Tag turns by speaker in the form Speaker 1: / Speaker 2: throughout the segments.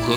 Speaker 1: 何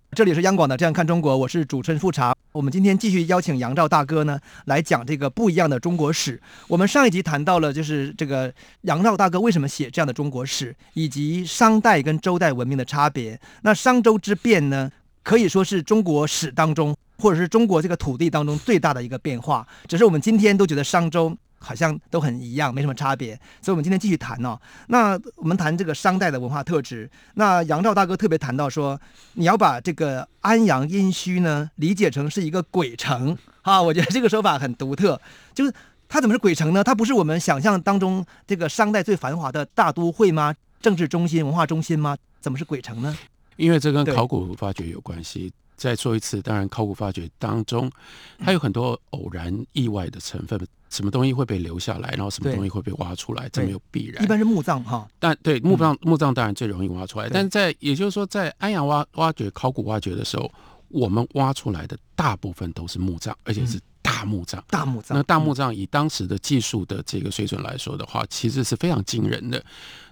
Speaker 2: 这里是央广的《这样看中国》，我是主持人富察。我们今天继续邀请杨照大哥呢来讲这个不一样的中国史。我们上一集谈到了，就是这个杨照大哥为什么写这样的中国史，以及商代跟周代文明的差别。那商周之变呢，可以说是中国史当中，或者是中国这个土地当中最大的一个变化。只是我们今天都觉得商周好像都很一样，没什么差别。所以，我们今天继续谈哦。那我们谈这个商代的文化特质。那杨照大哥特别谈到说，你要把这个安阳殷墟呢理解成是一个鬼城啊，我觉得这个说法很独特，就是它怎么是鬼城呢？它不是我们想象当中这个商代最繁华的大都会吗？政治中心、文化中心吗？怎么是鬼城呢？
Speaker 3: 因为这跟
Speaker 2: 对
Speaker 3: 考古发掘有关系。再说一次，当然考古发掘当中，它有很多偶然意外的成分，什么东西会被留下来，然后什么
Speaker 2: 对
Speaker 3: 东西会被挖出来，这没有必然
Speaker 2: 一。般是墓葬哈，
Speaker 3: 但对墓葬，墓葬当然最容易挖出来，
Speaker 2: 对
Speaker 3: 但在也就是说，在安阳挖挖掘考古挖掘的时候，我们挖出来的大部分都是墓葬，而且是
Speaker 2: 嗯
Speaker 3: 大墓葬。
Speaker 2: 大墓葬。
Speaker 3: 那大墓葬以当时的技术的这个水准来说的话，其实是非常惊人的。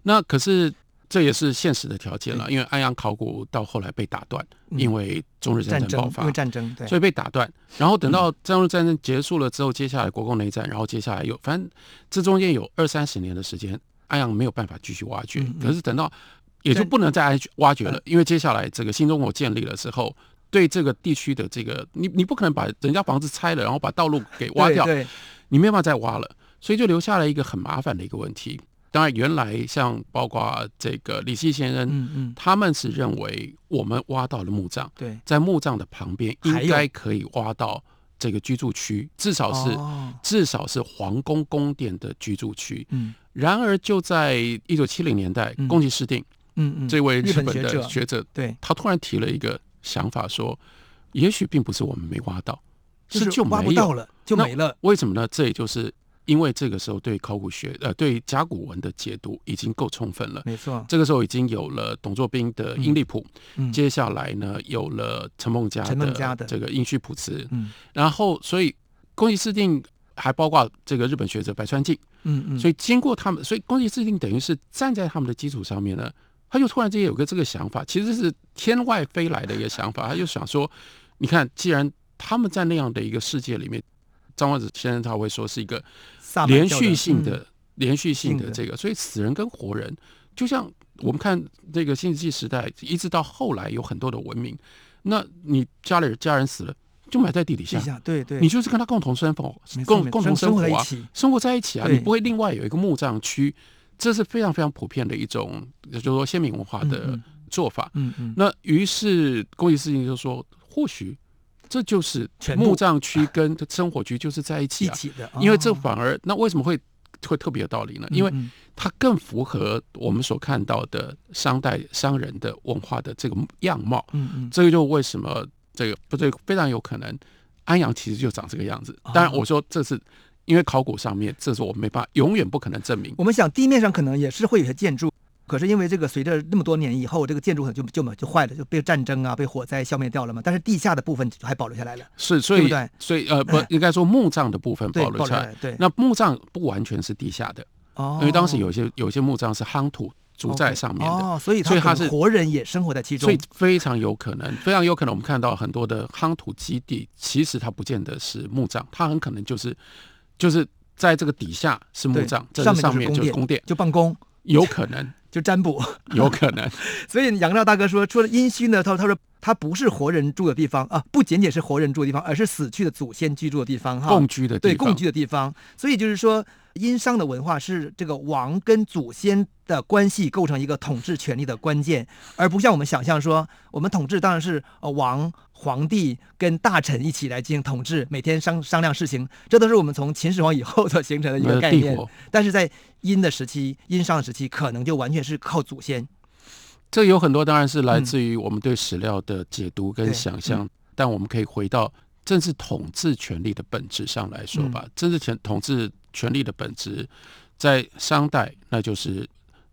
Speaker 3: 那可是这也是现实的条件了，因为安阳考古到后来被打断，
Speaker 2: 嗯
Speaker 3: 因为中日战
Speaker 2: 战
Speaker 3: 争爆
Speaker 2: 争，因
Speaker 3: 发
Speaker 2: 为，战争嗯对
Speaker 3: 所以被打断。然后等到中日战争结束了之后，接下来国共内战，然后接下来有，反正这中间有二三十年的时间，安阳没有办法继续挖掘
Speaker 2: 嗯。嗯
Speaker 3: 可是等到也就
Speaker 2: 但
Speaker 3: 不能再挖掘了，因为接下来这个新中国建立了之后。对这个地区的这个，你你不可能把人家房子拆了，然后把道路给挖
Speaker 2: 对
Speaker 3: 掉，
Speaker 2: 对
Speaker 3: 你没有办法再挖了，所以就留下了一个很麻烦的一个问题。当然，原来像包括这个李希先生，
Speaker 2: 嗯嗯
Speaker 3: 他们是认为我们挖到了墓葬，
Speaker 2: 对，
Speaker 3: 在墓葬的旁边
Speaker 2: 还有
Speaker 3: 应该可以挖到这个居住区，至少是、
Speaker 2: 哦
Speaker 3: 至少是皇宫宫殿的居住区。
Speaker 2: 嗯
Speaker 3: 然而，就在一九七零年代
Speaker 2: 嗯，
Speaker 3: 宫崎市定、
Speaker 2: 嗯嗯，
Speaker 3: 这位
Speaker 2: 日
Speaker 3: 日
Speaker 2: 本
Speaker 3: 本
Speaker 2: 学
Speaker 3: 的
Speaker 2: 者
Speaker 3: 学者，
Speaker 2: 对，
Speaker 3: 他突然提了一个想法说，也许并不是我们没挖到，
Speaker 2: 就是
Speaker 3: 就
Speaker 2: 挖不
Speaker 3: 没有
Speaker 2: 到了，就
Speaker 3: 那
Speaker 2: 没了。
Speaker 3: 为什么呢？这也就是因为这个时候对考古学呃对甲骨文的解读已经够充分了。
Speaker 2: 没错，
Speaker 3: 这个时候已经有了董作宾的《阴历谱》
Speaker 2: 嗯
Speaker 3: 接下来呢有了陈梦家
Speaker 2: 陈梦家的
Speaker 3: 的这个《殷墟谱辞》
Speaker 2: 嗯
Speaker 3: 然后所以宫崎市定还包括这个日本学者白川静，
Speaker 2: 嗯嗯，
Speaker 3: 所以经过他们，所以宫崎市定等于是站在他们的基础上面呢，他就突然之间有个这个想法，其实是天外飞来的一个想法，他就想说，你看，既然他们在那样的一个世界里面，张万子先生他会说是一个
Speaker 2: 萨满
Speaker 3: 连
Speaker 2: 教
Speaker 3: 续性的、
Speaker 2: 嗯
Speaker 3: 连续性
Speaker 2: 性
Speaker 3: 的
Speaker 2: 的
Speaker 3: 嗯这个，所以死人跟活人，就像我们看这个新石器时代，一直到后来有很多的文明，那你家里人家人死了，就埋在地底
Speaker 2: 地
Speaker 3: 下。
Speaker 2: 下对对，
Speaker 3: 你就是跟他共同生活
Speaker 2: 没错，
Speaker 3: 共
Speaker 2: 没错
Speaker 3: 共同
Speaker 2: 生活
Speaker 3: 活
Speaker 2: 在一
Speaker 3: 啊
Speaker 2: 起，
Speaker 3: 生活在一起啊，
Speaker 2: 对
Speaker 3: 你不会另外有一个墓葬区，这是非常非常普遍的一种，就是说先民文化
Speaker 2: 嗯
Speaker 3: 的
Speaker 2: 嗯
Speaker 3: 做法。
Speaker 2: 嗯嗯，
Speaker 3: 那于是宫崎事情就说，或许这就是
Speaker 2: 全部
Speaker 3: 墓葬区跟生活区就是在一起
Speaker 2: 一
Speaker 3: 啊，
Speaker 2: 起的，
Speaker 3: 因为这
Speaker 2: 哦
Speaker 3: 反而那为什么会会特别有道理呢？因为
Speaker 2: 嗯
Speaker 3: 它更符合我们所看到的商代商人的文化的这个样貌。
Speaker 2: 嗯嗯，
Speaker 3: 这个就为什么这个不对，非常有可能安阳其实就长这个样子。
Speaker 2: 哦
Speaker 3: 当然，我说这是因为考古上面，这是我们没办法，永远不可能 证明。
Speaker 2: 我们想地面上可能也是会有些建筑，可是因为这个随着那么多年以后，这个建筑可能就就就坏了，就被战争啊、被火灾消灭掉了嘛。但是地下的部分还保留下来了，
Speaker 3: 是，所
Speaker 2: 对不
Speaker 3: 以
Speaker 2: 对
Speaker 3: 所以呃，不应该说墓葬的部分
Speaker 2: 对，
Speaker 3: 保留
Speaker 2: 留
Speaker 3: 下
Speaker 2: 下
Speaker 3: 来。
Speaker 2: 来，对。
Speaker 3: 那墓葬不完全是地下的，
Speaker 2: 哦，
Speaker 3: 因为当时有些有些墓葬是夯土筑在
Speaker 2: OK，
Speaker 3: 上面的。
Speaker 2: 哦，所以
Speaker 3: 所以它
Speaker 2: 可能
Speaker 3: 是
Speaker 2: 活人也生活在其中
Speaker 3: 所以，非常有可能，非常有可能，我们看到很多的夯土基地，其实它不见得是墓葬，它很可能就是就是在这个底下是墓
Speaker 2: 对
Speaker 3: 葬，这
Speaker 2: 上
Speaker 3: 上
Speaker 2: 面
Speaker 3: 面
Speaker 2: 就
Speaker 3: 就是是
Speaker 2: 宫
Speaker 3: 宫殿，
Speaker 2: 就办公
Speaker 3: 有可能，
Speaker 2: 就占卜。
Speaker 3: 有可能。
Speaker 2: 所以杨照大哥说，除了殷墟呢，他他说它不是活人住的地方啊，不仅仅是活人住的地方，而是死去的祖先居住的地方哈。
Speaker 3: 共居的地
Speaker 2: 对
Speaker 3: 方，
Speaker 2: 共居的地方。所以就是说，殷商的文化是这个王跟祖先的关系构成一个统治权力的关键，而不像我们想象说，我们统治当然是呃王、皇帝跟大臣一起来进行统治，每天商商量事情，这都是我们从秦始皇以后所形成的一个
Speaker 3: 呃
Speaker 2: 概
Speaker 3: 帝
Speaker 2: 念
Speaker 3: 国。
Speaker 2: 但是在殷的时期、殷商的时期，可能就完全是靠祖先。
Speaker 3: 这有很多当然是来
Speaker 2: 嗯
Speaker 3: 自于我们对史料的解读
Speaker 2: 对
Speaker 3: 跟想象，但我们可以回到政治统治权力的本质上来说
Speaker 2: 嗯
Speaker 3: 吧，政治权统治权力的本质，在商代那就是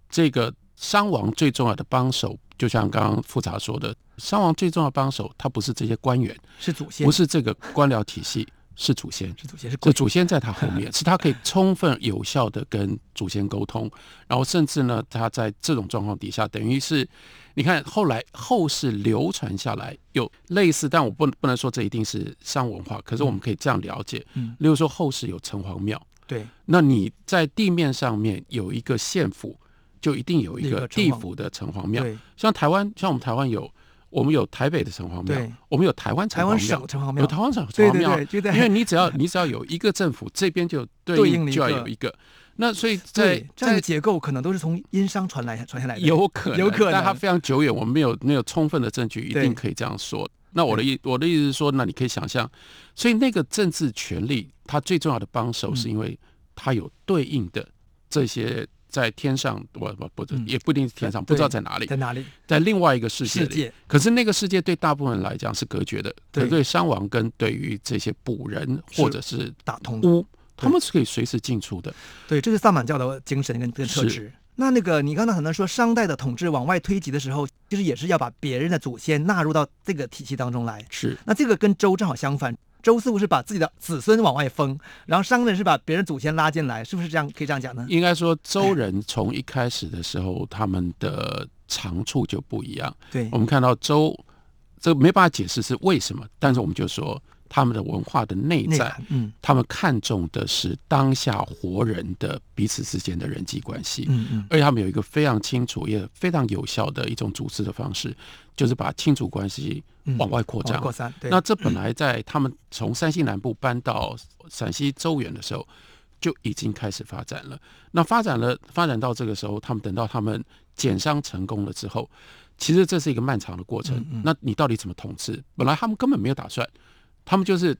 Speaker 3: 这个商王最重要的帮手，就像刚刚富察说的，商王最重要的帮手，他不是这些官员，
Speaker 2: 是祖先，
Speaker 3: 不是这个官僚体系，是祖先。
Speaker 2: 是祖先是
Speaker 3: 这
Speaker 2: 鬼，
Speaker 3: 祖先在他后面，是他可以充分有效的跟祖先沟通，然后甚至呢，他在这种状况底下，等于是你看后来后世流传下来有类似，但我不不能说这一定是商文化，可是我们可以这样了解，
Speaker 2: 嗯，
Speaker 3: 例如说后世有城隍庙，
Speaker 2: 对，
Speaker 3: 那你在地面上面有一个县府，就一定有一
Speaker 2: 那个
Speaker 3: 个
Speaker 2: 城隍
Speaker 3: 地府的城隍庙，
Speaker 2: 对，
Speaker 3: 像台湾，像我们台湾有。我们有台北的城隍
Speaker 2: 对
Speaker 3: 庙，我们有台湾城
Speaker 2: 台
Speaker 3: 隍
Speaker 2: 湾
Speaker 3: 庙
Speaker 2: 省，城隍
Speaker 3: 有
Speaker 2: 庙，
Speaker 3: 台湾省城
Speaker 2: 对
Speaker 3: 隍
Speaker 2: 对
Speaker 3: 庙，
Speaker 2: 对，就在
Speaker 3: 啊因为你只要 你只要有一个政府，这边就
Speaker 2: 对
Speaker 3: 对
Speaker 2: 应
Speaker 3: 应
Speaker 2: 了一
Speaker 3: 就要
Speaker 2: 个
Speaker 3: 有一个。那所以在
Speaker 2: 对这样的
Speaker 3: 在
Speaker 2: 结构可能都是从殷商传来传下来的，
Speaker 3: 有可能，
Speaker 2: 有可能
Speaker 3: 但它非常久远，我们没有没有充分的证据，一
Speaker 2: 对
Speaker 3: 定可以这样说。那我的意我的意思是说，那你可以想象，所以那个政治权力，它最重要的帮手，
Speaker 2: 嗯
Speaker 3: 是因为它有对应的这些在天上，我不不
Speaker 2: 嗯
Speaker 3: 也不一定是天上，不知道在哪里
Speaker 2: 在，哪里？
Speaker 3: 在另外一个世界
Speaker 2: 世
Speaker 3: 里。
Speaker 2: 界
Speaker 3: 可是那个世界对大部分人来讲是隔绝的，
Speaker 2: 对
Speaker 3: 可对伤亡跟对于这些捕人
Speaker 2: 是
Speaker 3: 或者是
Speaker 2: 打通的，
Speaker 3: 屋，他们是可以随时进出的。
Speaker 2: 对，这是萨满教的精神跟跟特
Speaker 3: 是
Speaker 2: 质。那那个，你刚才可能说商代的统治往外推及的时候，其实也是要把别人的祖先纳入到这个体系当中来。
Speaker 3: 是
Speaker 2: 那这个跟周正好相反，周似乎是把自己的子孙往外封，然后商人是把别人祖先拉进来，是不是这样？可以这样讲呢？
Speaker 3: 应该说周人从一开始的时候，他们的长处就不一样。
Speaker 2: 对
Speaker 3: 我，们看到周，这没办法解释是为什么，但是我们就说他们的文化的内
Speaker 2: 内
Speaker 3: 在，
Speaker 2: 涵，嗯
Speaker 3: 他们看重的是当下活人的彼此之间的人际关系。
Speaker 2: 嗯嗯，
Speaker 3: 而且他们有一个非常清楚也非常有效的一种组织的方式，就是把亲族关系
Speaker 2: 嗯
Speaker 3: 往外扩张。
Speaker 2: 过三，对，
Speaker 3: 那哦这本来在他们从山西南部搬到陕西周原的时候，就已经开始发展了。那发展了，发展到这个时候，他们等到他们减商成功了之后，其实这是一个漫长的过程。
Speaker 2: 嗯嗯
Speaker 3: 那你到底怎么统治？本来他们根本没有打算，他们就是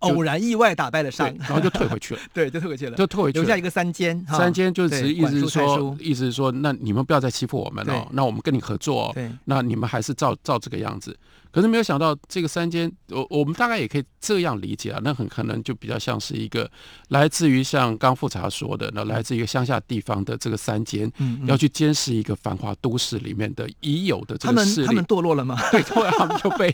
Speaker 2: 偶然意外打败了商
Speaker 3: 对，，然后就退回去了，
Speaker 2: 对，就退回去了，
Speaker 3: 就退回去
Speaker 2: 留
Speaker 3: 了
Speaker 2: 下。一个三监，哈
Speaker 3: 三间就只
Speaker 2: 对
Speaker 3: 是意思是
Speaker 2: 管
Speaker 3: 说
Speaker 2: 束，
Speaker 3: 意思是说，那你们不要再欺负我们
Speaker 2: 对
Speaker 3: 哦，那我们跟你合作哦，
Speaker 2: 对
Speaker 3: 那你们还是照照这个样子。可是没有想到，这个三间，我我们大概也可以这样理解啊，那很可能就比较像是一个来自于像刚富察说的，那来自于乡下地方的这个三间，
Speaker 2: 嗯嗯
Speaker 3: 要去监视一个繁华都市里面的已有的
Speaker 2: 他
Speaker 3: 这个
Speaker 2: 们
Speaker 3: 势
Speaker 2: 他
Speaker 3: 力
Speaker 2: 们。堕落了吗？
Speaker 3: 对，后来他们就被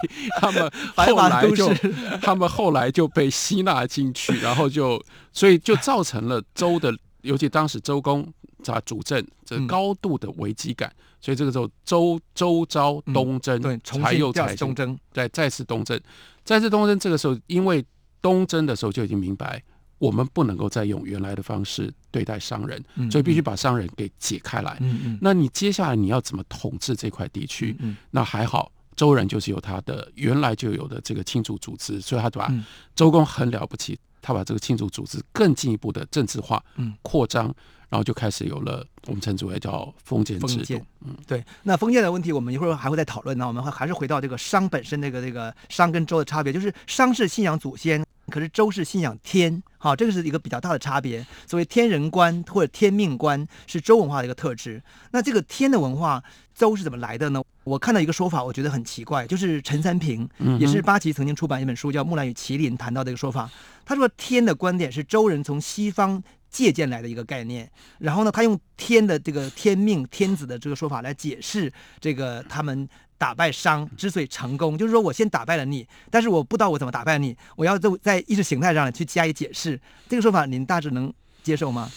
Speaker 3: 他们
Speaker 2: 繁
Speaker 3: 后
Speaker 2: 华
Speaker 3: 来
Speaker 2: 都
Speaker 3: 就
Speaker 2: 市
Speaker 3: 他们后来就被吸纳进去，然后就所以就造成了周的，尤其当时周公啊主政这
Speaker 2: 嗯
Speaker 3: 高度的危机感，所以这个时候周周昭
Speaker 2: 嗯
Speaker 3: 东征，
Speaker 2: 对，重
Speaker 3: 才
Speaker 2: 新
Speaker 3: 又
Speaker 2: 调
Speaker 3: 才
Speaker 2: 起东征，
Speaker 3: 对，再次东征，再次东征，这个时候因为东征的时候就已经明白，我们不能够再用原来的方式对待商人，
Speaker 2: 嗯
Speaker 3: 所以必须把商人给解开来。
Speaker 2: 嗯嗯，
Speaker 3: 那你接下来你要怎么统治这块地区？
Speaker 2: 嗯
Speaker 3: 那还好，周人就是有他的原来就有的这个亲族组织，所以他把
Speaker 2: 嗯
Speaker 3: 周公很了不起，他把这个亲族组织更进一步的政治化、
Speaker 2: 嗯
Speaker 3: 扩张，然后就开始有了我们称之为叫封建制
Speaker 2: 封
Speaker 3: 度
Speaker 2: 建。对，那封建的问题我们一会儿还会再讨论啊呢。我们还还是回到这个商本身那个这个商跟周的差别，就是商是信仰祖先，可是周是信仰天，好、这个是一个比较大的差别。所谓天人观或者天命观是周文化的一个特质。那这个天的文化，周是怎么来的呢？我看到一个说法，我觉得很奇怪，就是陈三平
Speaker 3: 嗯哼
Speaker 2: 也是八旗曾经出版一本书叫《木兰与麒麟》，谈到这个说法。他说天的观点是周人从西方借鉴来的一个概念，然后呢，他用天的这个天命、天子的这个说法来解释这个他们打败商之所以成功，就是说我先打败了你，但是我不知道我怎么打败你，我要在在意识形态上去加以解释。这个说法您大致能接受
Speaker 3: 嗯
Speaker 2: 吗？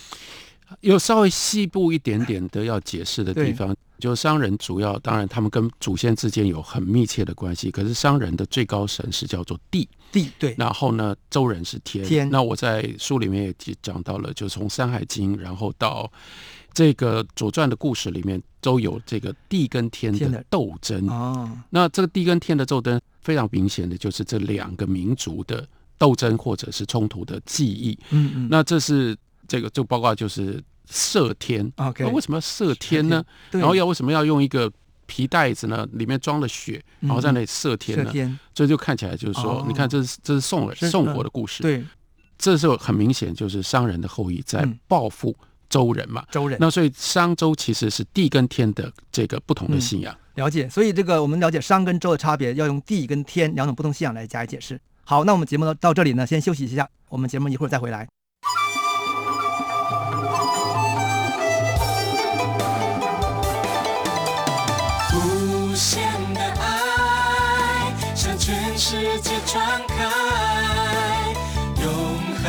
Speaker 3: 有稍微细部一点点的要解释的地方，就商人主要，当然他们跟祖先之间有很密切的关系。可是商人的最高神是叫做地，
Speaker 2: 地对，
Speaker 3: 然后呢，周人是天。
Speaker 2: 天
Speaker 3: 那我在书里面也提讲到了，就从《山海经》，然后到这个《左传》的故事里面，都有这个地跟天
Speaker 2: 天的
Speaker 3: 的斗争。
Speaker 2: 哦，
Speaker 3: 那这个地跟天的斗争，非常明显的就是这两个民族的斗争或者是冲突的记忆。
Speaker 2: 嗯嗯，
Speaker 3: 那这是这个就包括就是射天
Speaker 2: 哦 OK
Speaker 3: 那为什么要射天呢？
Speaker 2: 对
Speaker 3: 然后要为什么要用一个皮袋子呢？里面装了血，
Speaker 2: 嗯
Speaker 3: 然后在那里射天
Speaker 2: 射
Speaker 3: 呢？
Speaker 2: 天
Speaker 3: 所以就看起来就是说，
Speaker 2: 哦
Speaker 3: 你看这是这是宋
Speaker 2: 是嗯
Speaker 3: 人宋国的故事，，
Speaker 2: 对
Speaker 3: 这时候很明显就是商人的后裔在
Speaker 2: 嗯
Speaker 3: 报复周人嘛。
Speaker 2: 周人
Speaker 3: 那所以商周其实是地跟天的这个不同
Speaker 2: 嗯
Speaker 3: 的信仰。
Speaker 2: 了解，所以这个我们了解商跟周的差别，要用地跟天两种不同信仰来加以解释。好，那我们节目呢到这里呢，先休息一下，我们节目一会儿再回来。
Speaker 4: 无限的爱向全世界传开，永恒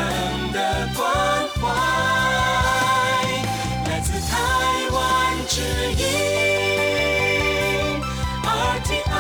Speaker 4: 的关怀，来自台湾之音 RTI。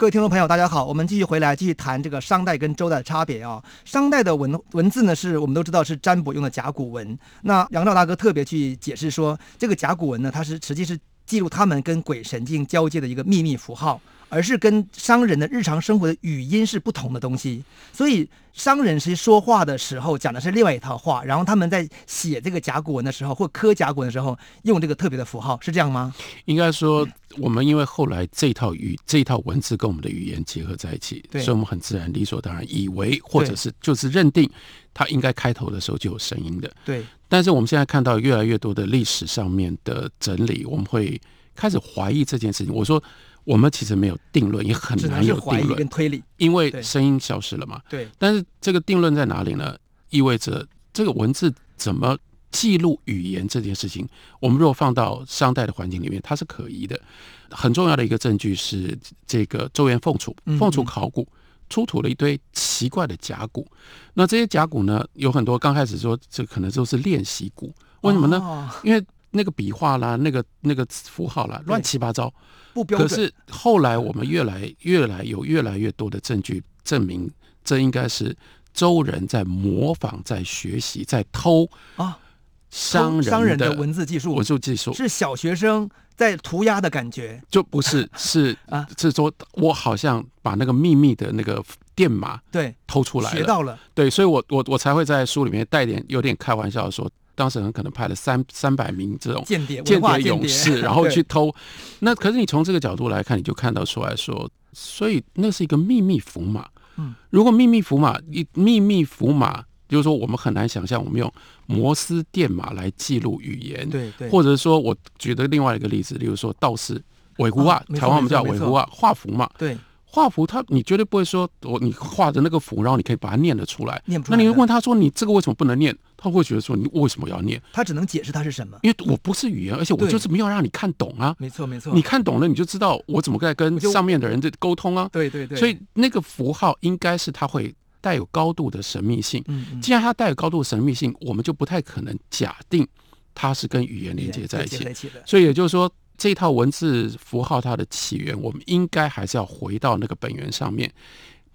Speaker 2: 各位听众朋友，大家好，我们继续回来继续谈这个商代跟周代的差别啊。商代的文文字呢，是我们都知道是占卜用的甲骨文。那杨照大哥特别去解释说，这个甲骨文呢，它是实际是记录他们跟鬼神境交界的一个秘密符号，而是跟商人的日常生活的语音是不同的东西。所以商人是说话的时候讲的是另外一套话，然后他们在写这个甲骨文的时候或刻甲骨文的时候用这个特别的符号，是这样吗？
Speaker 3: 应该说，我们因为后来这套语、这套文字跟我们的语言结合在一起，
Speaker 2: 对
Speaker 3: 所以我们很自然、理所当然以为，或者是就是认定它应该开头的时候就有声音的。
Speaker 2: 对，
Speaker 3: 但是我们现在看到越来越多的历史上面的整理，我们会开始怀疑这件事情。我说，我们其实没有定论，也很
Speaker 2: 只能
Speaker 3: 难
Speaker 2: 是
Speaker 3: 有
Speaker 2: 怀疑
Speaker 3: 定
Speaker 2: 跟
Speaker 3: 论，
Speaker 2: 推理。
Speaker 3: 因为
Speaker 2: 对
Speaker 3: 声音消失了嘛。
Speaker 2: 对，
Speaker 3: 但是这个定论在哪里呢？意味着这个文字怎么记录语言这件事情，我们若放到商代的环境里面，它是可疑的。很重要的一个证据是这个周原凤雏
Speaker 2: 嗯，
Speaker 3: 凤雏考古出土了一堆奇怪的甲骨。那这些甲骨呢，有很多刚开始说这可能都是练习骨，为什么呢？
Speaker 2: 哦
Speaker 3: 因为那个笔画啦，那个那个符号啦，乱七八糟。
Speaker 2: 不标
Speaker 3: 可
Speaker 2: 准。
Speaker 3: 是后来我们越来越来有越来越多的证据证明，这应该是周人在模仿、在学习、在偷
Speaker 2: 啊，
Speaker 3: 商人
Speaker 2: 商人的文字技术
Speaker 3: 文字技术，
Speaker 2: 是小学生在涂鸦的感觉。
Speaker 3: 就不是是
Speaker 2: 啊
Speaker 3: 是说我好像把那个秘密的那个电码
Speaker 2: 对，
Speaker 3: 偷出来
Speaker 2: 学
Speaker 3: 了，
Speaker 2: 到了，
Speaker 3: 对，所以我我我才会在书里面带点有点开玩笑地说，当时很可能派了三三百名这种
Speaker 2: 间谍，
Speaker 3: 间
Speaker 2: 文化
Speaker 3: 谍
Speaker 2: 间
Speaker 3: 勇
Speaker 2: 谍
Speaker 3: 士，然后去
Speaker 2: 对
Speaker 3: 偷。那可是你从这个角度来看，你就看到出来说，所以那是一个秘密符码。
Speaker 2: 嗯，
Speaker 3: 如果秘密符码，一秘密符码，就是说我们很难想象，我们用摩斯电码来记录语言。，
Speaker 2: 对对，
Speaker 3: 或者说我举的另外一个例子，例如说道士。韦胡啊
Speaker 2: 啊，没错
Speaker 3: 台湾我们叫
Speaker 2: 没错
Speaker 3: 韦胡啊，画符嘛，
Speaker 2: 对
Speaker 3: 画符他你绝对不会说我你画的那个符，然后你可以把它念得出来。
Speaker 2: 念不出
Speaker 3: 那
Speaker 2: 来
Speaker 3: 你会
Speaker 2: 的，
Speaker 3: 问他说你这个为什么不能念？他会觉得说你为什么要念？
Speaker 2: 他只能解释它是什么。
Speaker 3: 因为我不是语言，而且我
Speaker 2: 对
Speaker 3: 就是没有让你看懂啊。
Speaker 2: 没错没错，
Speaker 3: 你看懂了，你就知道我怎么在跟
Speaker 2: 我就
Speaker 3: 上面的人在沟通啊。
Speaker 2: 对对对，
Speaker 3: 所以那个符号应该是它会带有高度的神秘性。
Speaker 2: 嗯嗯，
Speaker 3: 既然它带有高度神秘性，我们就不太可能假定它是跟语言连接在一
Speaker 2: 结合
Speaker 3: 起
Speaker 2: 在。一起的。
Speaker 3: 所以也就是说，这套文字符号它的起源，我们应该还是要回到那个本源上面，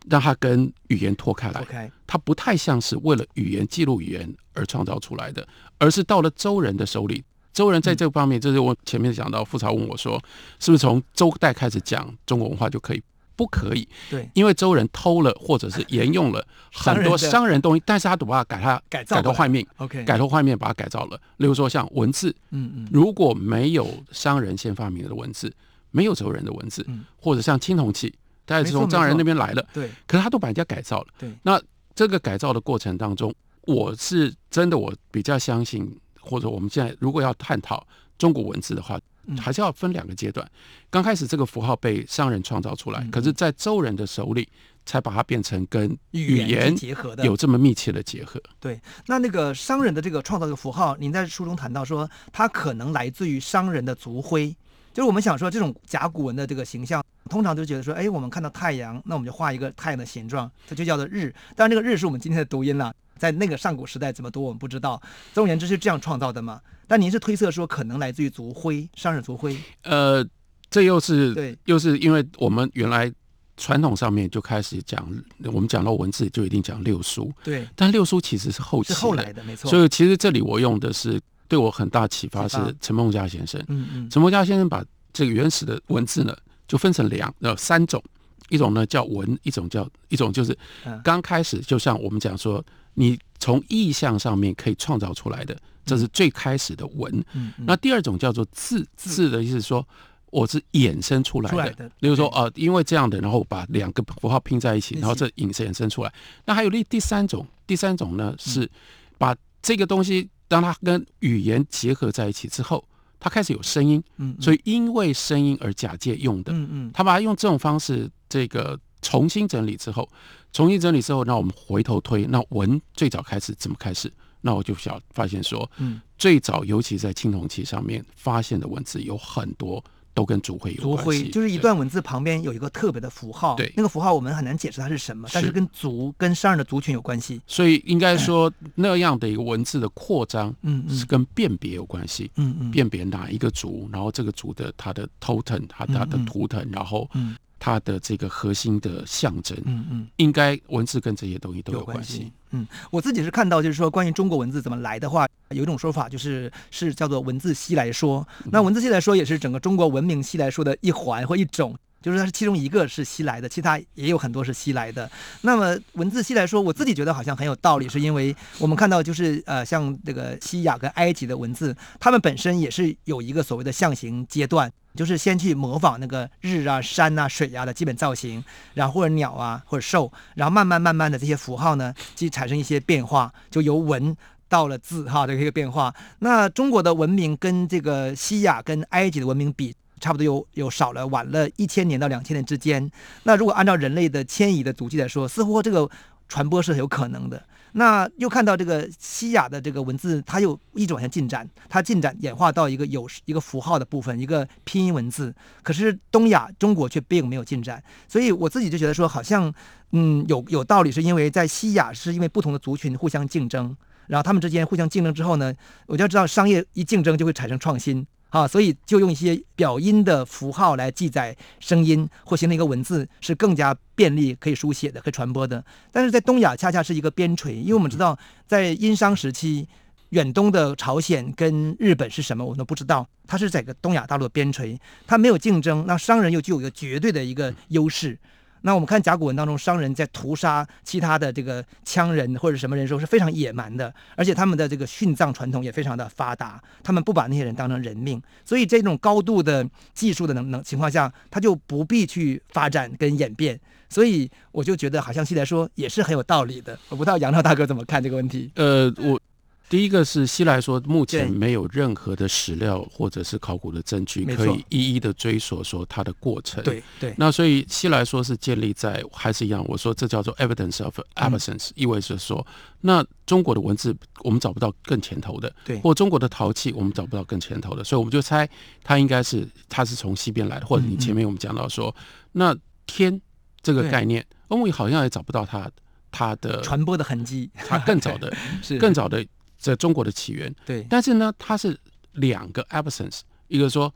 Speaker 3: 让它跟语言脱开来。
Speaker 2: OK，
Speaker 3: 它不太像是为了语言记录语言而创造出来的，而是到了周人的手里。周人在这方面，这是我前面讲到，富察问我说，是不是从周代开始讲中国文化就可以？不可以，
Speaker 2: 对，
Speaker 3: 因为周人偷了或者是沿用了
Speaker 2: 商
Speaker 3: 很
Speaker 2: 人的
Speaker 3: 多商人东西，但是他都把它改它
Speaker 2: 改造
Speaker 3: 改头
Speaker 2: 过来
Speaker 3: 换面，
Speaker 2: OK，
Speaker 3: 改头换面把它改造了。例如说像文字，
Speaker 2: 嗯嗯
Speaker 3: 如果没有商人先发明的文字，没有周人的文字
Speaker 2: 嗯，
Speaker 3: 或者像青铜器，它也是
Speaker 2: 没错
Speaker 3: 从商人
Speaker 2: 没错
Speaker 3: 那边来的，
Speaker 2: 对
Speaker 3: 可是他都把人家改造了。
Speaker 2: 对
Speaker 3: 那这个改造的过程当中，我是真的我比较相信，或者我们现在如果要探讨中国文字的话
Speaker 2: 嗯，
Speaker 3: 还是要分两个阶段。刚开始这个符号被商人创造出来
Speaker 2: 嗯，
Speaker 3: 可是，在周人的手里才把它变成跟
Speaker 2: 语
Speaker 3: 语
Speaker 2: 言是
Speaker 3: 言
Speaker 2: 结合的
Speaker 3: 有这么密切的结合。
Speaker 2: 对，那那个商人的这个创造这个符号，您在书中谈到说，它可能来自于商人的族徽，就是我们想说这种甲骨文的这个形象，通常就觉得说，哎，我们看到太阳，那我们就画一个太阳的形状，它就叫做日。当然，这个日是我们今天的读音了，在那个上古时代怎么读我们不知道。总而言之是这样创造的嘛。但您是推测说，可能来自于族徽，商人族徽。
Speaker 3: 呃，这又
Speaker 2: 对
Speaker 3: 是又是因为我们原来传统上面就开始讲，我们讲到文字就一定讲六书，
Speaker 2: 对，
Speaker 3: 但六书其实是后期
Speaker 2: 是
Speaker 3: 的
Speaker 2: 后来的，没错。
Speaker 3: 所以其实这里我用的是对我很大启发
Speaker 2: 启
Speaker 3: 是
Speaker 2: 发
Speaker 3: 陈梦家先生。
Speaker 2: 嗯嗯，
Speaker 3: 陈梦家先生把这个原始的文字呢，就分成两呃三种，一种呢叫文，一种叫一种就是
Speaker 2: 嗯
Speaker 3: 刚开始，就像我们讲说，你从意象上面可以创造出来的，这是最开始的文。
Speaker 2: 嗯嗯
Speaker 3: 那第二种叫做字，字的意思是说。我是衍生出来
Speaker 2: 出来
Speaker 3: 的，
Speaker 2: 的
Speaker 3: 例如说，呃，因为这样的，然后把两个符号拼在一起，
Speaker 2: 一起
Speaker 3: 然后这衍生衍生出来。那还有另第三种，第三
Speaker 2: 嗯
Speaker 3: 种呢是把这个东西，当它跟语言结合在一起之后，它开始有声音，
Speaker 2: 嗯，
Speaker 3: 所
Speaker 2: 以
Speaker 3: 以呃因为声音而假借用的。
Speaker 2: 嗯嗯
Speaker 3: 他把它用这种方式这个重新整理之后，重新整理之后，那我们回头推，那文最早开始怎么开始？那我就想发现说，
Speaker 2: 嗯，
Speaker 3: 最早尤其在青铜器上面发现的文字有很多都跟族徽有
Speaker 2: 族
Speaker 3: 关系，
Speaker 2: 徽就是一段文字旁边有一个特别的符号，
Speaker 3: 对
Speaker 2: 那个符号我们很难解释它是什么，但是
Speaker 3: 是
Speaker 2: 跟族跟商人的族群有关系。
Speaker 3: 所以应该说那样的一个文字的扩张
Speaker 2: 嗯嗯
Speaker 3: 是跟辨别有关系。
Speaker 2: 嗯嗯，
Speaker 3: 辨别哪一个族，然后这个族的它的 totem，它它的
Speaker 2: 嗯嗯
Speaker 3: 图腾，然后
Speaker 2: 嗯
Speaker 3: 它的这个核心的象征，
Speaker 2: 嗯嗯。
Speaker 3: 应该文字跟这些东西都
Speaker 2: 有
Speaker 3: 关系
Speaker 2: 系。。嗯，我自己是看到，就是说关于中国文字怎么来的话，有一种说法就是是叫做文字西来说。那文字西来说也是整个中国文明西来说的一环或一种。就是它是其中一个是西来的，其他也有很多是西来的。那么文字西来说，我自己觉得好像很有道理，是因为我们看到就是呃，像这个西亚跟埃及的文字，他们本身也是有一个所谓的象形阶段，就是先去模仿那个日啊、山啊、水啊的基本造型，然后或者鸟啊或者兽，然后慢慢慢慢的这些符号呢，就产生一些变化，就由文到了字哈这个变化。那中国的文明跟这个西亚跟埃及的文明比，差不多有有少了晚了一千年到两千年之间。那如果按照人类的迁移的足迹来说，似乎这个传播是很有可能的。那又看到这个西亚的这个文字，它又一直往前进展，它进展演化到一个有一个符号的部分，一个拼音文字。可是东亚中国却并没有进展，所以我自己就觉得说，好像嗯有有道理，是因为在西亚是因为不同的族群互相竞争，然后他们之间互相竞争之后呢，我就要知道商业一竞争就会产生创新。啊，所以就用一些表音的符号来记载声音，或形成一个文字，是更加便利可以书写的、可以传播的。但是在东亚恰恰是一个边陲，因为我们知道，在殷商时期，远东的朝鲜跟日本是什么，我们都不知道，它是在个东亚大陆的边陲，它没有竞争，那商人又具有一个绝对的一
Speaker 3: 嗯
Speaker 2: 个优势。那我们看甲骨文当中，商人在屠杀其他的这个羌人或者什么人的时候是非常野蛮的，而且他们的这个殉葬传统也非常的发达，他们不把那些人当成人命，所以这种高度的技术的能能情况下，他就不必去发展跟演变。所以我就觉得好像现在说也是很有道理的。我不知道杨超大哥怎么看这个问题。
Speaker 3: 呃，
Speaker 2: 嗯
Speaker 3: 我第一个是希来说，目前
Speaker 2: 对
Speaker 3: 没有任何的史料或者是考古的证据
Speaker 2: 没
Speaker 3: 可
Speaker 2: 错
Speaker 3: 以一一的追溯说它的过程。，
Speaker 2: 对，
Speaker 3: 那所以希来说是建立在还是一样，我说这叫做 evidence of
Speaker 2: 嗯
Speaker 3: absence，、意味着说，那中国的文字我们找不到更前头的，
Speaker 2: 对
Speaker 3: 或中国的陶器我们找不到更前头的，所以我们就猜它应该是它是从西边来的，或者你前面我们讲到说，那天这个
Speaker 2: 嗯对
Speaker 3: 概念，我们好像也找不到它它的
Speaker 2: 传播的痕迹
Speaker 3: 它更早的
Speaker 2: 是
Speaker 3: 呃更早的在中国的起源，
Speaker 2: 对
Speaker 3: 但是呢，它是两个 absence，一个说，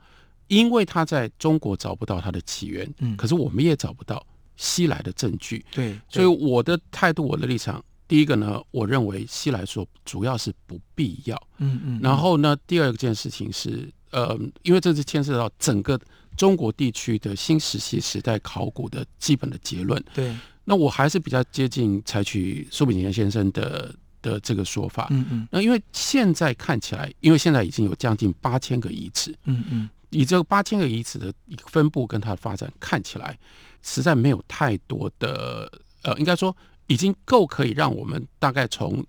Speaker 3: 因为它在中国找不到它的起源，
Speaker 2: 嗯
Speaker 3: 可是我们也找不到西来的证据，
Speaker 2: 对，
Speaker 3: 所以我的态度，我的立场，第一个呢，我认为西来说主要是不必要，
Speaker 2: 嗯嗯，
Speaker 3: 然后呢，第二件事情是，呃，因为这是牵涉到整个中国地区的新石器时代考古的基本的结论，
Speaker 2: 对，嗯
Speaker 3: 那我还是比较接近采取苏炳添先生的的这个说法，
Speaker 2: 嗯嗯
Speaker 3: 那因为现在看起来，因为现在已经有将近八千个遗址，
Speaker 2: 嗯嗯，
Speaker 3: 以这八千个遗址的一个分布跟它的发展看起来，实在没有太多的呃，应该说已经够可以让我们大概从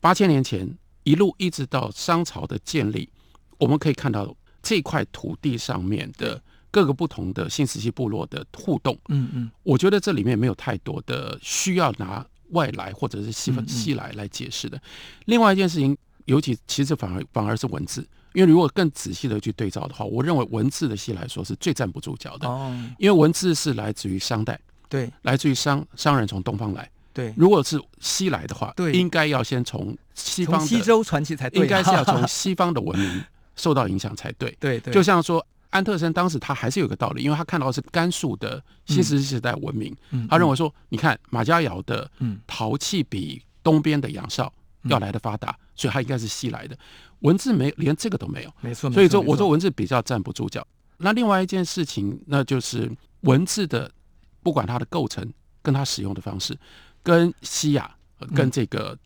Speaker 3: 八千年前一路一直到商朝的建立，我们可以看到这块土地上面的各个不同的新石器部落的互动。
Speaker 2: 嗯嗯
Speaker 3: 我觉得这里面没有太多的需要拿外来或者是西
Speaker 2: 嗯嗯
Speaker 3: 方西来来解释的。另外一件事情，尤其其实反而反而是文字，因为如果更仔细的去对照的话，我认为文字的西来说是最站不住脚的，
Speaker 2: 哦，
Speaker 3: 因为文字是来自于商代，
Speaker 2: 对
Speaker 3: 来自于商商人从东方来。
Speaker 2: 对，
Speaker 3: 如果是西来的话，
Speaker 2: 对
Speaker 3: 应该要先从西
Speaker 2: 从
Speaker 3: 方的，
Speaker 2: 西周传起才对，啊
Speaker 3: 应该是要从西方的文明受到影响才对。
Speaker 2: 对对，
Speaker 3: 就像说安特森当时他还是有个道理，因为他看到的是甘肃的新石器时代文明，
Speaker 2: 嗯
Speaker 3: 他认为说，你看马家窑的
Speaker 2: 嗯
Speaker 3: 陶器比东边的仰韶要来的发达，所以它应该是西来的。文字没连这个都没有，
Speaker 2: 没错，
Speaker 3: 所以
Speaker 2: 没错
Speaker 3: 说我说
Speaker 2: 没错
Speaker 3: 文字比较站不住脚。那另外一件事情，那就是文字的不管它的构成跟它使用的方式，跟西亚、呃跟这个
Speaker 2: 嗯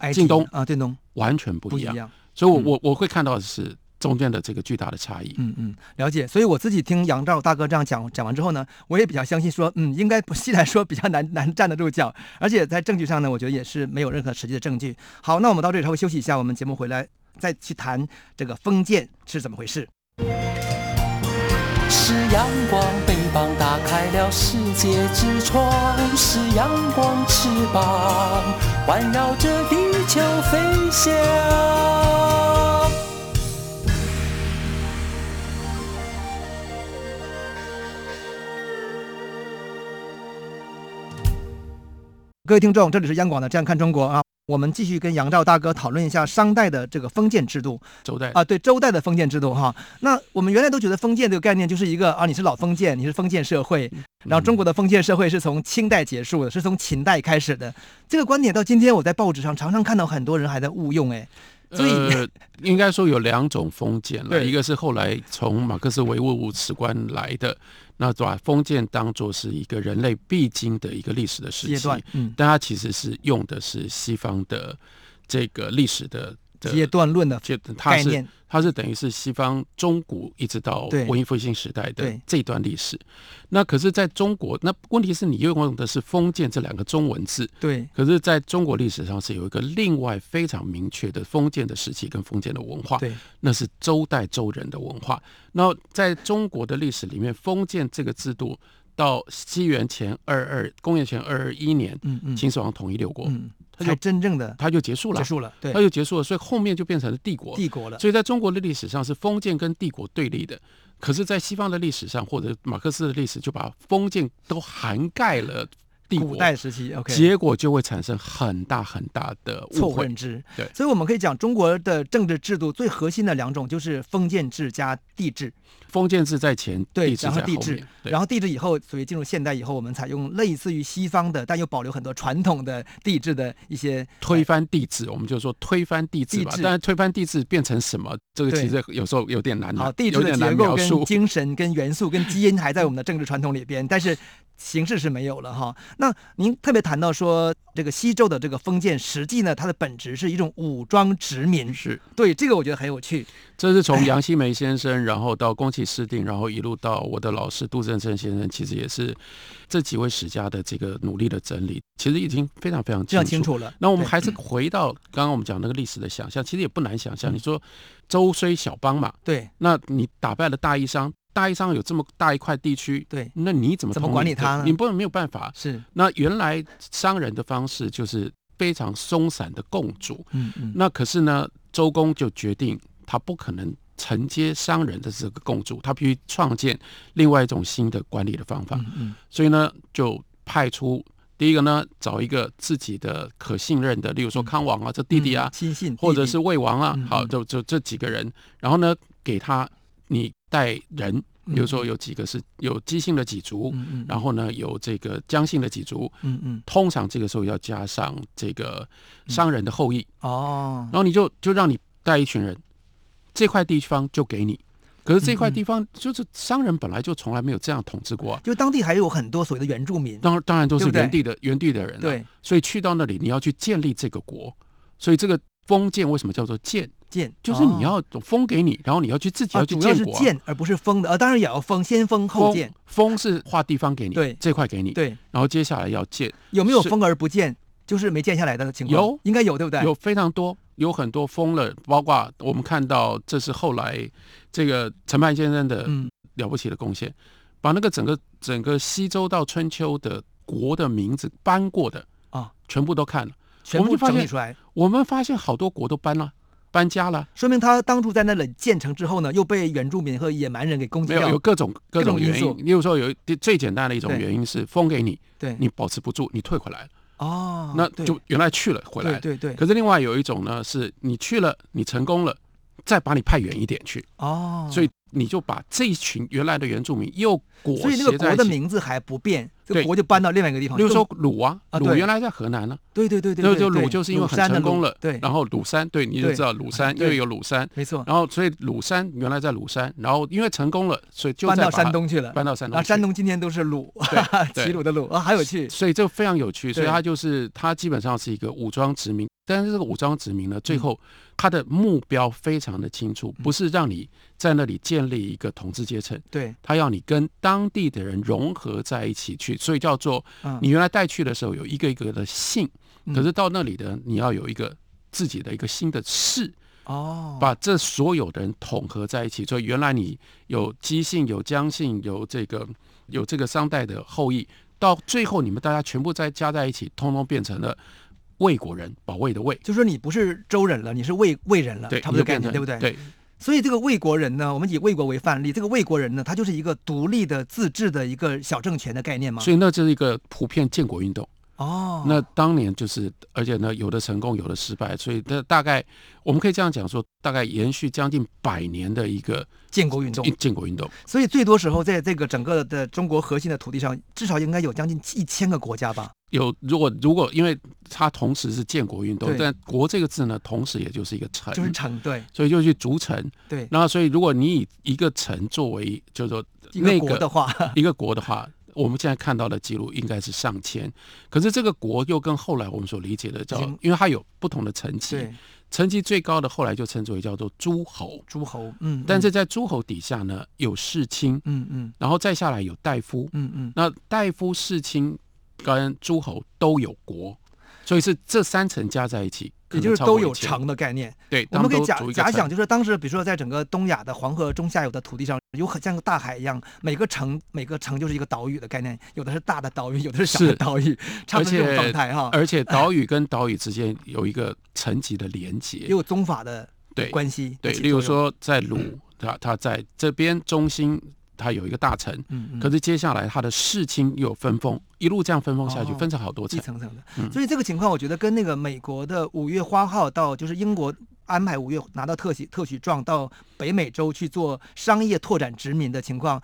Speaker 2: 埃及
Speaker 3: 近东
Speaker 2: 啊，近东
Speaker 3: 完全不
Speaker 2: 不
Speaker 3: 一
Speaker 2: 一
Speaker 3: 样。
Speaker 2: 样。
Speaker 3: 所以我我我会看到的是中间的这个巨大的差异。
Speaker 2: 嗯嗯，了解。所以我自己听杨照大哥这样讲讲完之后呢，我也比较相信说，嗯，应该不细来说比较难难站得住脚，而且在证据上呢，我觉得也是没有任何实际的证据。好，那我们到这里稍微休息一下，我们节目回来。再去谈这个封建是怎么回事。
Speaker 5: 是阳光，翅膀打开了世界之窗；是阳光，翅膀环绕着地球飞翔。
Speaker 2: 各位听众，这里是央广的《这样看中国》啊，我们继续跟杨照大哥讨论一下商代的这个封建制度
Speaker 3: 周代
Speaker 2: 啊，对周代的封建制度哈。那我们原来都觉得封建这个概念就是一个啊，你是老封建，你是封建社会，
Speaker 3: 嗯
Speaker 2: 然后中国的封建社会是从清代结束的，是从秦代开始的。这个观点到今天我在报纸上常常看到很多人还在误用，哎，所以、
Speaker 3: 呃、应该说有两种封建了，
Speaker 2: 对
Speaker 3: 一个是后来从马克思唯物史观来的，那把封建当作是一个人类必经的一个历史的 时
Speaker 2: 阶
Speaker 3: 期
Speaker 2: 段，嗯
Speaker 3: 但它其实是用的是西方的这个历史的的
Speaker 2: 阶段论的
Speaker 3: 阶，它
Speaker 2: 概
Speaker 3: 是
Speaker 2: 念，
Speaker 3: 它是等于是西方中古一直到
Speaker 2: 对
Speaker 3: 文艺复兴时代的
Speaker 2: 对
Speaker 3: 这段历史。那可是在中国，那问题是你用的是“封建”这两个中文字，
Speaker 2: 对
Speaker 3: 可是在中国历史上是有一个另外非常明确的封建的时期跟封建的文化，
Speaker 2: 对
Speaker 3: 那是周代周人的文化。那在中国的历史里面，封建这个制度到西元前二二公元前二二一年，
Speaker 2: 嗯嗯
Speaker 3: 秦始皇统一六国，
Speaker 2: 嗯，
Speaker 3: 它就
Speaker 2: 才真正的
Speaker 3: 它就结束了，
Speaker 2: 结束了，对
Speaker 3: 它，就结束了，所以后面就变成了帝国。
Speaker 2: 帝国了，
Speaker 3: 所以在中国的历史上是封建跟帝国对立的，可是，在西方的历史上或者马克思的历史就把封建都涵盖了帝国，
Speaker 2: 古代时期，OK，
Speaker 3: 结果就会产生很大很大的
Speaker 2: 错
Speaker 3: 误会
Speaker 2: 认。知。
Speaker 3: 对
Speaker 2: 所以我们可以讲，中国的政治制度最核心的两种就是封建制加帝制，
Speaker 3: 封建制在前，
Speaker 2: 对，
Speaker 3: 帝制
Speaker 2: 然后
Speaker 3: 在
Speaker 2: 帝
Speaker 3: 后
Speaker 2: 制
Speaker 3: 面，，对
Speaker 2: 然后帝制以后，所以进入现代以后，我们采用类似于西方的，但又保留很多传统的帝制的一些呃
Speaker 3: 推翻帝制，我们就说推翻帝制吧
Speaker 2: 帝制。
Speaker 3: 但是推翻帝制变成什么，这个
Speaker 2: 对
Speaker 3: 其实有时候有点难，
Speaker 2: 好帝制
Speaker 3: 有
Speaker 2: 的
Speaker 3: 点
Speaker 2: 结
Speaker 3: 难
Speaker 2: 构
Speaker 3: 描
Speaker 2: 跟
Speaker 3: 述。
Speaker 2: 精神跟元素跟基因还在我们的政治传统里边，但是形式是没有了哈。那您特别谈到说，这个西周的这个封建，实际呢，它的本质是一种武装殖民，
Speaker 3: 是，
Speaker 2: 对这个我觉得很有趣。
Speaker 3: 这是从杨希梅先生，然后到宫崎市定，然后一路到我的老师杜振生先生，其实也是这几位史家的这个努力的整理，其实已经非常非常
Speaker 2: 这
Speaker 3: 清
Speaker 2: 样
Speaker 3: 楚。
Speaker 2: 清楚了。
Speaker 3: 那我们
Speaker 2: 对嗯
Speaker 3: 还是回到刚刚我们讲那个历史的想象，其实也不难想象。你说周虽小邦嘛，
Speaker 2: 对
Speaker 3: 那你打败了大义商，大义商有这么大一块地区，
Speaker 2: 对
Speaker 3: 那你怎么
Speaker 2: 怎么
Speaker 3: 统
Speaker 2: 管
Speaker 3: 领
Speaker 2: 理它
Speaker 3: 的
Speaker 2: 呢
Speaker 3: 你不能没有办法。
Speaker 2: 是，
Speaker 3: 那原来商人的方式就是非常松散的共主，
Speaker 2: 嗯嗯。
Speaker 3: 那可是呢，周公就决定他不可能承接商人的这个共主，他必须创建另外一种新的管理的方法。
Speaker 2: 嗯嗯
Speaker 3: 所以呢，就派出第一个呢，找一个自己的可信任的，例如说康王啊，这弟弟啊
Speaker 2: 嗯，亲信，
Speaker 3: 或者
Speaker 2: 弟弟
Speaker 3: 是魏王啊
Speaker 2: 嗯嗯，
Speaker 3: 好，就就这几个人，然后呢，给他你带人，比如说有几个是有姬姓的几族，
Speaker 2: 嗯嗯，
Speaker 3: 然后呢有这个姜姓的几族，
Speaker 2: 嗯嗯
Speaker 3: 通常这个时候要加上这个商人的后裔，
Speaker 2: 哦
Speaker 3: 然，后你就就让你带一群人，这块地方就给你。可是这
Speaker 2: 嗯
Speaker 3: 块地方就是商人本来就从来没有这样统治过啊、
Speaker 2: 就当地还有很多所谓的原住民，
Speaker 3: 当当然都
Speaker 2: 对
Speaker 3: 是
Speaker 2: 不对
Speaker 3: 原地的原地的人、啊，
Speaker 2: 对，
Speaker 3: 所以去到那里你要去建立这个国，所以这个封建为什么叫做建？
Speaker 2: 建
Speaker 3: 就是你
Speaker 2: 哦
Speaker 3: 要封给你，然后你要去自己
Speaker 2: 啊，
Speaker 3: 要去
Speaker 2: 主要
Speaker 3: 建
Speaker 2: 是
Speaker 3: 国啊、
Speaker 2: 建而不是封的，呃，当然也要封，先封后建
Speaker 3: 封，封是划地方给你，
Speaker 2: 对
Speaker 3: 这块给你，
Speaker 2: 对，
Speaker 3: 然后接下来要建，
Speaker 2: 有没有
Speaker 3: 是
Speaker 2: 封而不建？就是没建下来的情况，
Speaker 3: 有
Speaker 2: 应该有对不对？
Speaker 3: 有非常多，有很多封了，包括我们看到这是后来这个陈曼先生的
Speaker 2: 嗯
Speaker 3: 了不起的贡献，把那个整个整个西周到春秋的国的名字搬过的
Speaker 2: 啊，
Speaker 3: 全部都看了。
Speaker 2: 全
Speaker 3: 我们
Speaker 2: 部
Speaker 3: 就发
Speaker 2: 整理
Speaker 3: 现
Speaker 2: 出来，
Speaker 3: 我们发现好多国都搬了，搬家了，
Speaker 2: 说明他当初在那里建成之后呢，又被原住民和野蛮人给攻击
Speaker 3: 没有
Speaker 2: 掉
Speaker 3: 有，各种各
Speaker 2: 种
Speaker 3: 种
Speaker 2: 因
Speaker 3: 原
Speaker 2: 素
Speaker 3: 因。例如说有一最简单的一种
Speaker 2: 对
Speaker 3: 原因是封给你，
Speaker 2: 对，
Speaker 3: 你保持不住，你退回来了，
Speaker 2: 哦，
Speaker 3: 那
Speaker 2: 对
Speaker 3: 就原来去了回来
Speaker 2: 对
Speaker 3: 了。
Speaker 2: 对对，
Speaker 3: 可是另外有一种呢，是你去了，你成功了，再把你派远一点去，
Speaker 2: 哦，
Speaker 3: 所以你就把这一群原来的原住民又裹
Speaker 2: 所以那
Speaker 3: 挟
Speaker 2: 个
Speaker 3: 在
Speaker 2: 国
Speaker 3: 一
Speaker 2: 的
Speaker 3: 起。
Speaker 2: 名字还不变，这个
Speaker 3: 对
Speaker 2: 国就搬到另外一个地方，
Speaker 3: 例如说
Speaker 2: 更
Speaker 3: 鲁啊，
Speaker 2: 啊
Speaker 3: 鲁
Speaker 2: 对
Speaker 3: 原来在河南呢，
Speaker 2: 对对对对
Speaker 3: 那
Speaker 2: 对，
Speaker 3: 就
Speaker 2: 对
Speaker 3: 鲁就是因为
Speaker 2: 鲁
Speaker 3: 很
Speaker 2: 山的
Speaker 3: 成功
Speaker 2: 鲁
Speaker 3: 了，
Speaker 2: 对，
Speaker 3: 然后鲁山，对，你就
Speaker 2: 对啊
Speaker 3: 知道鲁山，因
Speaker 2: 对
Speaker 3: 为有鲁山，
Speaker 2: 没错，
Speaker 3: 然后所以鲁山原来在鲁山，然后因为成功了，所以就
Speaker 2: 搬
Speaker 3: 再
Speaker 2: 到
Speaker 3: 把它
Speaker 2: 山东去了，
Speaker 3: 搬到山
Speaker 2: 啊，
Speaker 3: 东去，
Speaker 2: 山东今天都是鲁，
Speaker 3: 对
Speaker 2: 齐鲁的鲁啊，好有趣。
Speaker 3: 所以这非常有趣，所以
Speaker 2: 对
Speaker 3: 它就是它基本上是一个武装殖民，但是这个武装殖民呢，
Speaker 2: 嗯
Speaker 3: 最后它的目标非常的清楚，不是让你在那里建立一个统治阶层，
Speaker 2: 对，
Speaker 3: 它要你跟当地的人融合在一起去，所以叫做
Speaker 2: 嗯
Speaker 3: 你原来带去的时候有一个一个的姓，
Speaker 2: 嗯
Speaker 3: 可是到那里的你要有一个自己的一个新的氏，
Speaker 2: 哦，
Speaker 3: 把这所有的人统合在一起，所以原来你有姬姓、有姜姓、有这个有这个商代的后裔，到最后你们大家全部再加在一起，通通变成了魏国人，保卫的魏，
Speaker 2: 就说你不是周人了，你是魏魏人了，
Speaker 3: 对，
Speaker 2: 呃差不多
Speaker 3: 你就
Speaker 2: 概
Speaker 3: 变
Speaker 2: 念，
Speaker 3: 成
Speaker 2: 对不对？。嗯
Speaker 3: 对，
Speaker 2: 所以这个魏国人呢，我们以魏国为范例，这个魏国人呢，他就是一个独立的、自治的一个小政权的概念嘛。
Speaker 3: 所以那就是一个普遍建国运动。
Speaker 2: 哦，
Speaker 3: 那当年就是，而且呢，有的成功，有的失败，所以这大概我们可以这样讲说，大概延续将近百年的一个
Speaker 2: 建国运动，
Speaker 3: 建国运动。
Speaker 2: 所以最多时候在这个整个的中国核心的土地上，至少应该有将近一千个国家吧。
Speaker 3: 有如果如果因为它同时是建国运动，
Speaker 2: 对
Speaker 3: 但“国”这个字呢，同时也就是一个城，
Speaker 2: 就是城，对
Speaker 3: 所以就去逐城。
Speaker 2: 对，
Speaker 3: 然后，所以如果你以一个城作为就是说
Speaker 2: 一个
Speaker 3: 那
Speaker 2: 国的
Speaker 3: 个
Speaker 2: 话，
Speaker 3: 一个国的话，我们现在看到的记录应该是上千。可是这个国又跟后来我们所理解的叫
Speaker 2: 已经，
Speaker 3: 因为它有不同的层级，
Speaker 2: 对，
Speaker 3: 层级最高的后来就称之为叫做诸侯。
Speaker 2: 诸侯，嗯，
Speaker 3: 但是在诸侯底下呢，有世卿，
Speaker 2: 嗯，嗯
Speaker 3: 然后再下来有大夫，
Speaker 2: 嗯嗯
Speaker 3: 那大夫、世卿跟诸侯都有国，所以是这三层加在一起，
Speaker 2: 嗯，
Speaker 3: 可
Speaker 2: 也
Speaker 3: 能
Speaker 2: 就是
Speaker 3: 超过
Speaker 2: 都有
Speaker 3: 1000
Speaker 2: 城的概念。
Speaker 3: 对，
Speaker 2: 我们可以
Speaker 3: 他
Speaker 2: 假
Speaker 3: 都组一个
Speaker 2: 假想，
Speaker 3: 城
Speaker 2: 就是当时比如说在整个东亚的黄河中下游的土地上，有很像个大海一样，每个城每个城就是一个岛屿的概念，有的是大的岛屿，有的是小的
Speaker 3: 是
Speaker 2: 岛屿，差不
Speaker 3: 而
Speaker 2: 多这种
Speaker 3: 且
Speaker 2: 状态哈。
Speaker 3: 而且岛屿跟岛屿之间有一个层级的连
Speaker 2: 也
Speaker 3: 接，
Speaker 2: 有宗法的
Speaker 3: 对
Speaker 2: 关系。
Speaker 3: 对，
Speaker 2: 起
Speaker 3: 例如
Speaker 2: 作用，
Speaker 3: 说在鲁，他他在这边中心，他有一个大城。
Speaker 2: 嗯嗯，
Speaker 3: 可是接下来，他的世卿又有分封，一路这样分封下去，
Speaker 2: 哦
Speaker 3: 分成好多层
Speaker 2: 一。层层
Speaker 3: 嗯
Speaker 2: 的。所以这个情况，我觉得跟那个美国的五月花号到就是英国安排五月拿到特许特许状到北美洲去做商业拓展殖民的情况，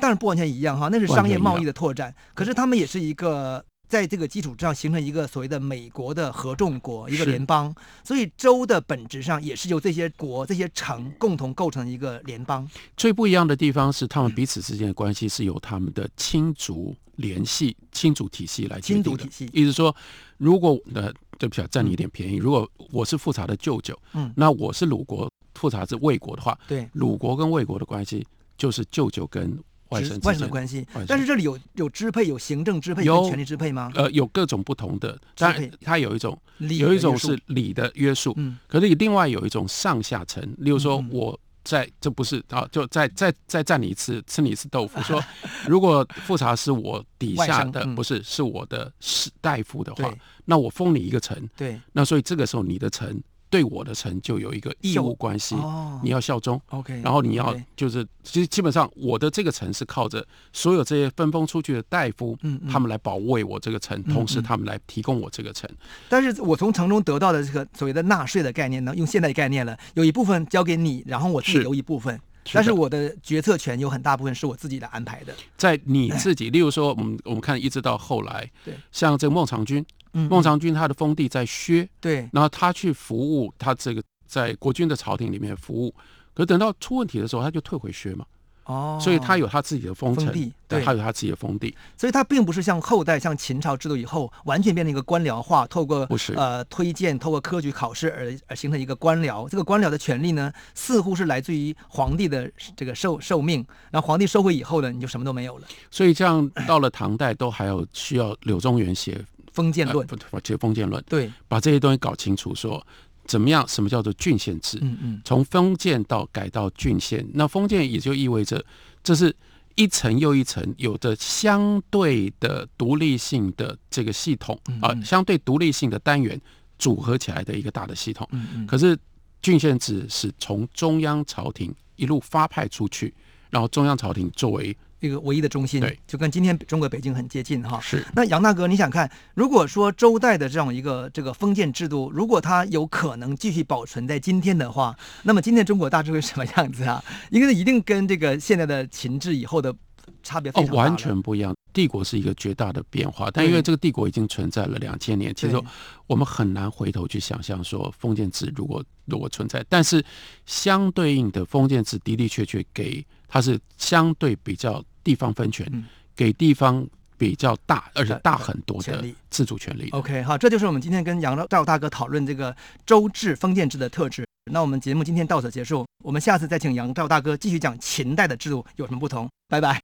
Speaker 2: 当然不完全一样哈，那是商业贸易的拓展，可是他们也是一个。在这个基础之上，形成一个所谓的美国的合众国，一个
Speaker 3: 是
Speaker 2: 联邦。所以州的本质上也是由这些国、这些城共同构成一个联邦。
Speaker 3: 最不一样的地方是，
Speaker 2: 嗯
Speaker 3: 他们彼此之间的关系是由他们的亲族联系、亲族体系来决定的
Speaker 2: 亲族体系
Speaker 3: 意思说，如果呃，对不起啊，占你一点便宜。如果我是富察的舅舅，
Speaker 2: 嗯
Speaker 3: 那我是鲁国，富察是魏国的话，
Speaker 2: 对，
Speaker 3: 鲁国跟魏国的关系就是舅舅跟外
Speaker 2: 只
Speaker 3: 甥
Speaker 2: 外省的
Speaker 3: 之间。
Speaker 2: 关系
Speaker 3: 外。省
Speaker 2: 但是这里有有支配，有行政支配跟
Speaker 3: 有
Speaker 2: 权力支配吗？
Speaker 3: 呃，有各种不同的，当然它有一种
Speaker 2: 礼
Speaker 3: 有
Speaker 2: 的
Speaker 3: 一种
Speaker 2: 约束
Speaker 3: 是礼的约束，
Speaker 2: 嗯
Speaker 3: 可是另外有一种上下层，例如说我在这不是啊，就再再再占你一次，吃你一次豆腐。说如果富察是我底下
Speaker 2: 外甥，
Speaker 3: 的
Speaker 2: 嗯
Speaker 3: 不是是我的士大夫的话
Speaker 2: 对，
Speaker 3: 那我封你一个城，
Speaker 2: 对，
Speaker 3: 那所以这个时候你的城对我的城就有一个义
Speaker 2: 效
Speaker 3: 务关系
Speaker 2: 哦，
Speaker 3: 你要效忠。
Speaker 2: OK，
Speaker 3: 然后你要
Speaker 2: OK
Speaker 3: 就是，其实基本上我的这个城是靠着所有这些分封出去的大夫，
Speaker 2: 嗯嗯
Speaker 3: 他们来保卫我这个城，同时他们来提供我这个城。
Speaker 2: 但是我从城中得到的这个所谓的纳税的概念呢，用现代概念了，有一部分交给你，然后我自己
Speaker 3: 是
Speaker 2: 留一部分。
Speaker 3: 是
Speaker 2: 但是
Speaker 3: 的
Speaker 2: 我的决策权有很大部分是我自己来安排的，
Speaker 3: 在你自己，例如说，我们我们看一直到后来，
Speaker 2: 对
Speaker 3: 像这个孟尝君，
Speaker 2: 嗯
Speaker 3: 孟尝君他的封地在薛，
Speaker 2: 对，
Speaker 3: 然后他去服务他这个在国君的朝廷里面服务，可等到出问题的时候，他就退回薛嘛，
Speaker 2: 哦，
Speaker 3: 所以他，有他自己的封城
Speaker 2: 封地，对
Speaker 3: 他有他自己的封地，
Speaker 2: 所以他并不是像后代像秦朝制度以后完全变成一个官僚化，透过
Speaker 3: 不是
Speaker 2: 呃推荐，透过科举考试而而形成一个官僚。这个官僚的权力呢，似乎是来自于皇帝的这个受受命，然后皇帝收回以后呢，你就什么都没有了，
Speaker 3: 所以这样到了唐代都还有需要柳宗元写
Speaker 2: 封建
Speaker 3: 呃
Speaker 2: 论，
Speaker 3: 不不写封建论，
Speaker 2: 对，
Speaker 3: 把这些东西搞清楚说，怎么样，什么叫做郡县制？
Speaker 2: 嗯嗯，
Speaker 3: 从封建到改到郡县，那封建也就意味着这是一层又一层，有着相对的独立性的这个系统啊、相对独立性的单元组合起来的一个大的系
Speaker 2: 嗯
Speaker 3: 统。可是郡县制是从中央朝廷一路发派出去，然后中央朝廷作为
Speaker 2: 这个唯一的中心，
Speaker 3: 对
Speaker 2: 就跟今天中国北京很接近哈。
Speaker 3: 是
Speaker 2: 那杨大哥，你想看，如果说周代的这样一个这个封建制度，如果它有可能继续保存在今天的 话，那么今天中国大致会什么样子啊？应该一定跟这个现在的秦制以后的差别非
Speaker 3: 哦
Speaker 2: 常大、
Speaker 3: 完。全不一样。帝国是一个绝大的变化，但
Speaker 2: 对
Speaker 3: 因为这个帝国已经存在了两千年，其实
Speaker 2: 对
Speaker 3: 我们很难回头去想象说封建制如果如果存在，但是相对应的封建制的的确确给它是相对比较地方分权，
Speaker 2: 嗯
Speaker 3: 给地方比较大而且
Speaker 2: 的
Speaker 3: 大很多
Speaker 2: 权
Speaker 3: 的
Speaker 2: 利
Speaker 3: 自主权利的。
Speaker 2: OK，好，这就是我们今天跟杨赵大哥讨论这个周制封建制的特质。那我们节目今天到此结束，我们下次再请杨赵大哥继续讲秦代的制度有什么不同。拜拜。